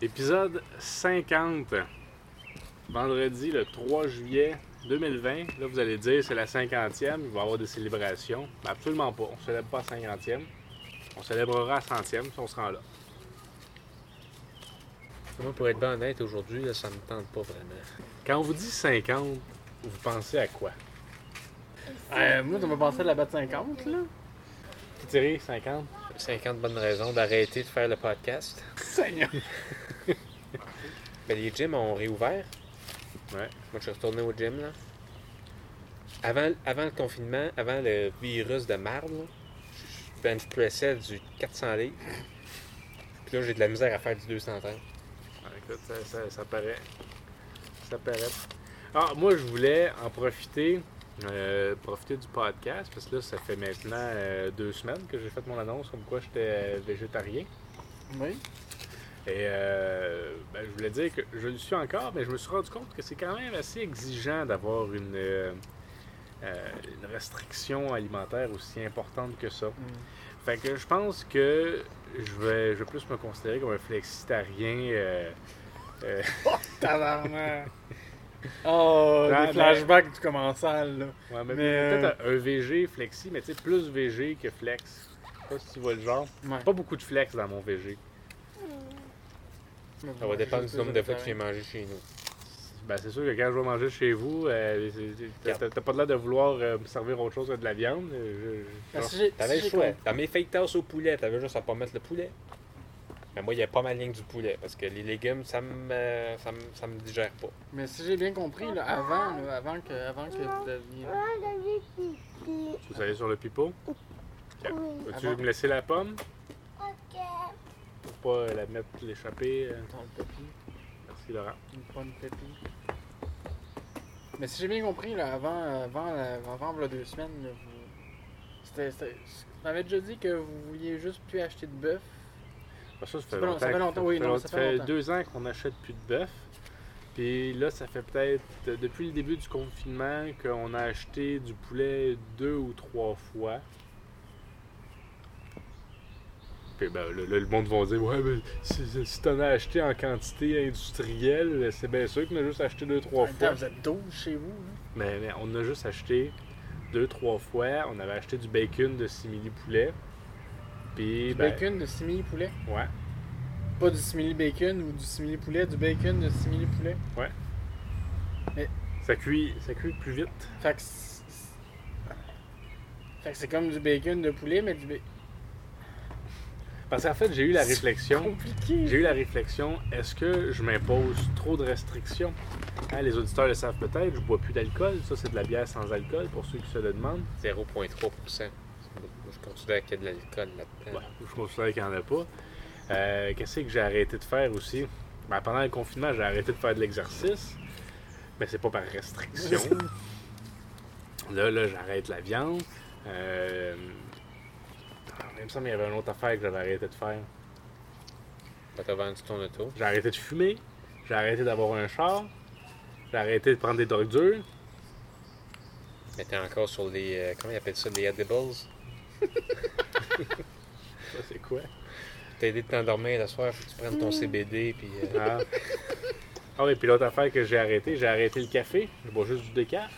Épisode 50. Vendredi le 3 juillet 2020. Là, vous allez dire c'est la 50e, il va y avoir des célébrations. Ben, absolument pas. On ne célèbre pas la 50e. On célébrera la 100e si on se rend là. Moi, pour être bien honnête, aujourd'hui, là, ça me tente pas vraiment. Quand on vous dit 50, vous pensez à quoi Euh, moi, tu m'as pensé à la batte 50, là. Thierry, 50 50 bonnes raisons d'arrêter de faire le podcast. Seigneur. Mais les gyms ont réouvert. Ouais. Moi, je suis retourné au gym, là. Avant, avant le confinement, avant le virus de marde, là, je bench pressais du 400 livres. Puis là, j'ai de la misère à faire du 230. Ah, écoute, ça, ça- ça paraît. Ça paraît. Ah, moi, je voulais en profiter, euh, profiter du podcast, parce que là, ça fait maintenant euh, deux semaines que j'ai fait mon annonce comme quoi j'étais euh, végétarien. Oui. Et euh, ben, je voulais dire que je le suis encore, mais je me suis rendu compte que c'est quand même assez exigeant d'avoir une, euh, euh, une restriction alimentaire aussi importante que ça. Mm. Fait que je pense que je vais, je vais plus me considérer comme un flexitarien. euh, euh, Tabarnak. Oh, Ouais, des mais- flashbacks du commensal, là. Ouais, mais, Mais, euh, peut-être un VG flexi, mais tu sais, plus VG que flex. Je sais pas si tu vois le genre. Ouais. Pas beaucoup de flex dans mon VG. Ça va dépendre du nombre de fois que j'ai mangé chez nous. Ben, c'est sûr que quand je vais manger chez vous, euh, c'est- c'est- t'as- t'as t'as pas l'air de vouloir euh, me servir autre chose que de la viande. euh, je- je- Parce que j'ai- T'avais si le j'ai choix. compris- T'as mes fake tasses au poulet, t'avais juste à pas mettre le poulet. Mais moi, il y a pas ma ligne du poulet parce que les légumes, ça me, ça me, ça me digère pas. Mais si j'ai bien compris, là, avant, là, avant que, avant que vous deveniez... Vous allez sur le pipeau. Veux-tu Avant. me laisser la pomme Ok. pour pas la mettre l'échapper? euh? Ton papy, Merci Laurent. une bonne papy. Mais si j'ai bien compris, là, avant, avant, la- avant, voilà deux semaines, là, vous... C'était... c'était- Vous m'avez déjà dit que vous vouliez juste plus acheter de bœuf. Ben, ça, ça fait fait long- longtemps. ça fait que- longtemps, oui, non, ça ça fait fait longtemps. deux ans qu'on n'achète plus de bœuf. Puis là, ça fait peut-être, euh, depuis le début du confinement, qu'on a acheté du poulet deux ou trois fois. Puis ben, là, là, le monde va dire Ouais, mais si, si- si t'en as acheté en quantité industrielle, c'est bien sûr qu'on a juste acheté deux, trois En même temps, fois. vous êtes 12 chez vous, là. Mais, mais on a juste acheté deux, trois fois. On avait acheté du bacon de simili poulet. Puis, Du ben, bacon de simili poulet. ouais. Pas du simili bacon ou du simili poulet, du bacon de simili poulet. Ça cuit, ça cuit plus vite. Fait que c'est- c'est- Fait que c'est comme du bacon de poulet, mais du bacon. Parce qu'en fait, j'ai eu la C'est réflexion. Compliqué! J'ai eu la réflexion, est-ce que je m'impose trop de restrictions? Hein, les auditeurs le savent peut-être, je bois plus d'alcool. Ça, c'est de la bière sans alcool, pour ceux qui se le demandent. 0,3%. Moi, je considère qu'il y a de l'alcool là-dedans. Ouais, je considère qu'il n'y en a pas. Euh, Qu'est-ce que j'ai arrêté de faire aussi? Ben, pendant le confinement, j'ai arrêté de faire de l'exercice, mais c'est pas par restriction. là, là j'arrête la viande. Euh... Il me semble qu'il y avait une autre affaire que j'avais arrêté de faire. Quand t'as vendu ton auto, J'ai arrêté de fumer. J'ai arrêté d'avoir un char. J'ai arrêté de prendre des drogues dures. mais t'es encore sur les. euh, comment ils appellent ça Les edibles. Ça, c'est quoi? T'as aidé de t'endormir le soir, faut que tu prennes ton CBD, puis. euh, Ah, ah oui, puis l'autre affaire que j'ai arrêté, j'ai arrêté le café. Je bois juste du décaf.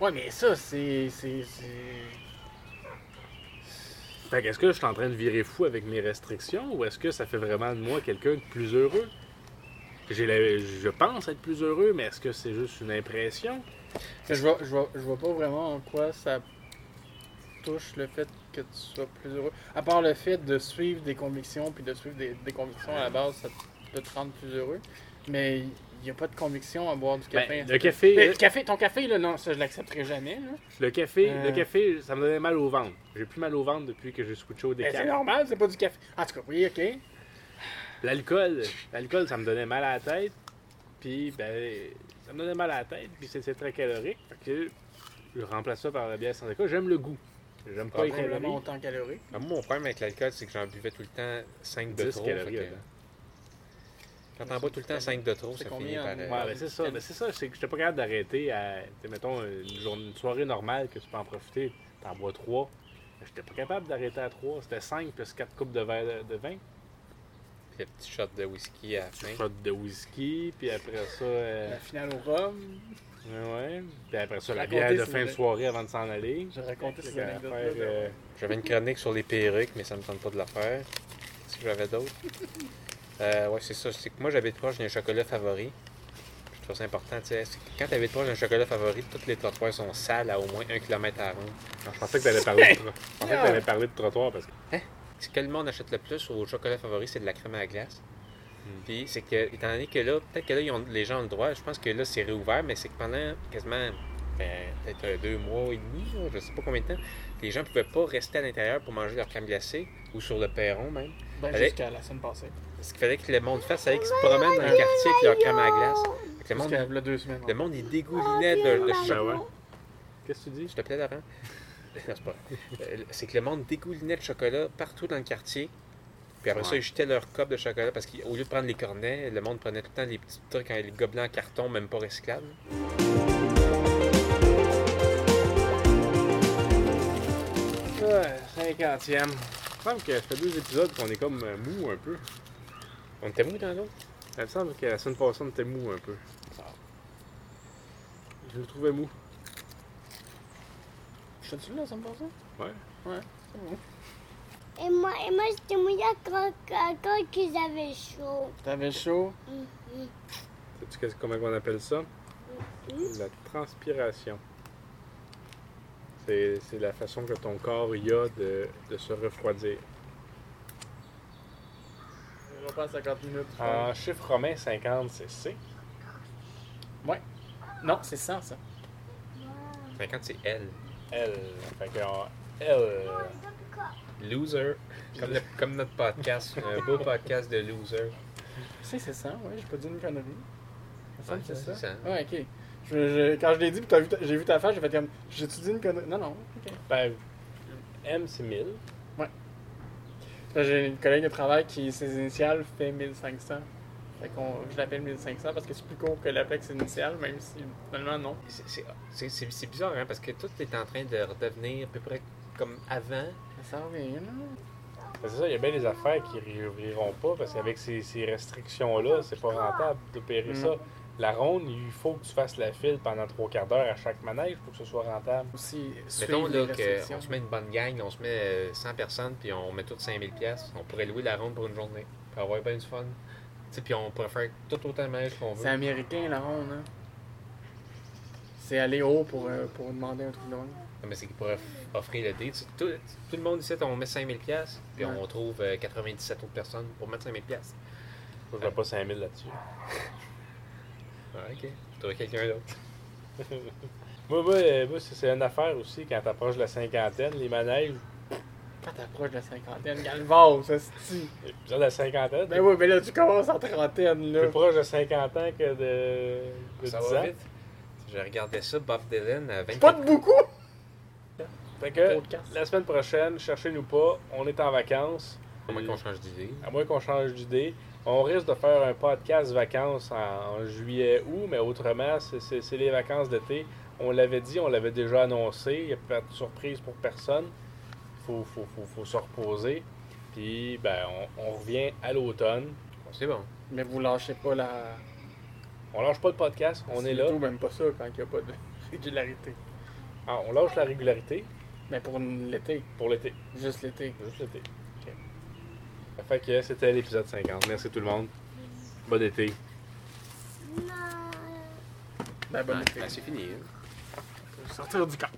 Ouais, mais ça, c'est. c'est- c'est- Fait qu'est-ce que je suis en train de virer fou avec mes restrictions ou est-ce que ça fait vraiment de moi quelqu'un de plus heureux? J'ai la- Je pense être plus heureux, mais est-ce que c'est juste une impression? Je vois, je, vois, je vois pas vraiment en quoi ça touche le fait que tu sois plus heureux. À part le fait de suivre des convictions, puis de suivre des, des convictions à la base, ça peut te rendre plus heureux. Mais il n'y a pas de conviction à boire du Ben, café. le café- Mais le café. Ton café, là, non, ça, je l'accepterai jamais. Là. Le café, Euh. le café, ça me donnait mal au ventre. J'ai plus mal au ventre depuis que j'ai switché au Mais décaf. c'est normal, c'est pas du café. En tout cas, oui, ok. L'alcool, l'alcool, ça me donnait mal à la tête. Puis, ben, ça me donnait mal à la tête. Puis, c'est c'est très calorique. Fait que je remplace ça par la bière sans alcool. J'aime le goût. J'aime pas les Probablement calories. autant calorique. Ah, Moi, mon problème avec l'alcool, c'est que j'en buvais tout le temps 5 de 10 trop. calories fait que- dedans. Quand t'en bois tout le temps 5 de trop, C'est ça finit combien par. en- euh, Ouais, ben, c'est ça. Ben, c'est ça. C'est que j'étais pas capable d'arrêter à, tu sais, mettons, une, journée, une soirée normale que tu peux en profiter. T'en bois trois. J'étais pas capable d'arrêter à trois. C'était cinq plus quatre coupes de verre de, de vin. Puis le petit shot de whisky à la Tu fin. frottes de whisky, puis après ça. euh, La finale au rhum. ouais, ouais. Puis après ça, la Racontez, bière de s'il vous fin de plaît. soirée avant de s'en aller. J'ai raconté cette Fait qu'à faire, anecdote-là. euh, J'avais une chronique sur les perruques, mais ça me tente pas de la faire. Si j'avais d'autres. Euh, ouais, c'est ça. C'est que moi, j'habite proche d'un chocolat favori. Je trouve ça important, tu sais. c'est que Quand t'habites proche d'un chocolat favori, toutes les trottoirs sont sales à au moins un kilomètre à la ronde. Je pensais que t'allais parler, de... tro- je pensais que t'allais parler de trottoir parce que. ce que le monde achète le plus au chocolat favori, c'est de la crème à la glace. Hmm. Puis c'est que, étant donné que là, peut-être que là, ils ont- les gens ont le droit, je pense que là, c'est réouvert, mais c'est que pendant quasiment ben, peut-être euh, deux mois et demi, là, je sais pas combien de temps, les gens pouvaient pas rester à l'intérieur pour manger leur crème glacée ou sur le perron même. Ben, Allez. jusqu'à la semaine passée. Ce qu'il fallait que le monde fasse, c'est qu'ils se promènent dans le quartier avec leur crème à la glace. Fait que le Jusqu'à monde, là, deux semaines. le monde, il dégoulinait de, de Ben ouais. Qu'est-ce que tu dis? Je te plaît, Laurent? Non, c'est pas vrai. Euh, C'est que le monde dégoulinait de chocolat partout dans le quartier. Puis après ça, Ouais. ils jetaient leur copes de chocolat parce qu'au lieu de prendre les cornets, le monde prenait tout le temps les petits trucs, hein, les gobelets en carton, même pas recyclables. Ouais, cinquantième. Il me semble que ça fait deux épisodes qu'on est comme euh, mou un peu. On était mou dans l'autre? Il me semble que la semaine passée, on était mou un peu. Je le trouvais mou. Je suis là la semaine passée? Ouais. Ouais, c'est bon. Et moi, et moi j'étais mouillée quand, quand, quand qu'ils avaient chaud. T'avais chaud? Mhm. Sais-tu qu'est-ce- comment on appelle ça? Mhm. La transpiration. C'est c'est la façon que ton corps y a de, de se refroidir. On passe à 50 minutes. En chiffre romain 50, c'est C. Non, c'est 100, ça. 50, c'est L. L. Fait que en L. Loser. Comme, le- comme notre podcast. un beau podcast de loser. Tu sais, c'est 100, ouais, j'ai pas dit une connerie. Ça semble Ouais, que c'est ça. c'est ça. Ouais, ok. Je, je- quand je l'ai dit, puis t'as vu ta- j'ai vu ta face, j'ai fait comme. J'ai-tu dit une connerie? Non, non, ok. Ben, M, c'est 1000. Là, J'ai une collègue de travail qui, ses initiales, fait 1500. Fait qu'on, je l'appelle 1500 parce que c'est plus court que l'appex initiale, même si finalement non. C'est- c'est- C'est c'est- c'est bizarre, hein, parce que tout est en train de redevenir à peu près comme avant. Ça revient, là. Ben, C'est ça, il y a bien des affaires qui réouvriront pas parce qu'avec ces, ces restrictions-là, c'est pas rentable d'opérer Mm. ça. La ronde, il faut que tu fasses la file pendant trois quarts d'heure à chaque manège pour que ce soit rentable. Aussi, Mettons suivre les là qu'on restrictions. se met une bonne gang, on se met euh, 100 personnes, puis on met toutes 5000 pièces. On pourrait louer la ronde pour une journée. Puis avoir bien du fun. Tu sais, puis on pourrait faire tout autant de manèges qu'on C'est veut. américain, la ronde, hein. C'est aller haut pour, euh, pour demander un truc de même. Non, Ah, Mais c'est qu'ils pourraient f- offrir le dé. Tu sais, Tout, tout le monde ici, on met 5000 pièces, puis Ouais. on trouve euh, 97 autres personnes pour mettre 5000 pièces. Moi, je mets pas 5000 là-dessus. Ah, ok. Trouver quelqu'un d'autre. Moi, moi, euh, moi, c'est c'est une affaire aussi quand t'approches de la cinquantaine, les manèges. Quand t'approches de la cinquantaine, galvao, ça se dit. Plus de la cinquantaine, Ben oui, mais là, tu commences en trentaine, là. plus proche de 50 ans que de, de 10 Ça ans. va vite. Je regardais ça, Bob Dylan, à 24 Pas de beaucoup! Fait que Podcast. la semaine prochaine, cherchez-nous pas, on est en vacances. Comment qu'on change d'idée? Ah, À moins qu'on change d'idée, on risque de faire un podcast vacances en, en juillet, août, mais autrement, c'est- c'est c'est les vacances d'été. On l'avait dit, on l'avait déjà annoncé, il n'y a pas de surprise pour personne. Il faut, faut, faut, faut se reposer. Puis, ben, on, on revient à l'automne. Bon, c'est bon. Mais vous lâchez pas la. On lâche pas le podcast, on est là. Surtout même pas ça quand il n'y a pas de régularité. Ah, on lâche la régularité Mais pour l'été, pour l'été, juste l'été. juste l'été. Fait que c'était l'épisode 50. Merci tout le monde. Bon été. Non. Ben, bon Ah, été. ben, c'est fini. hein. Sortir du camp.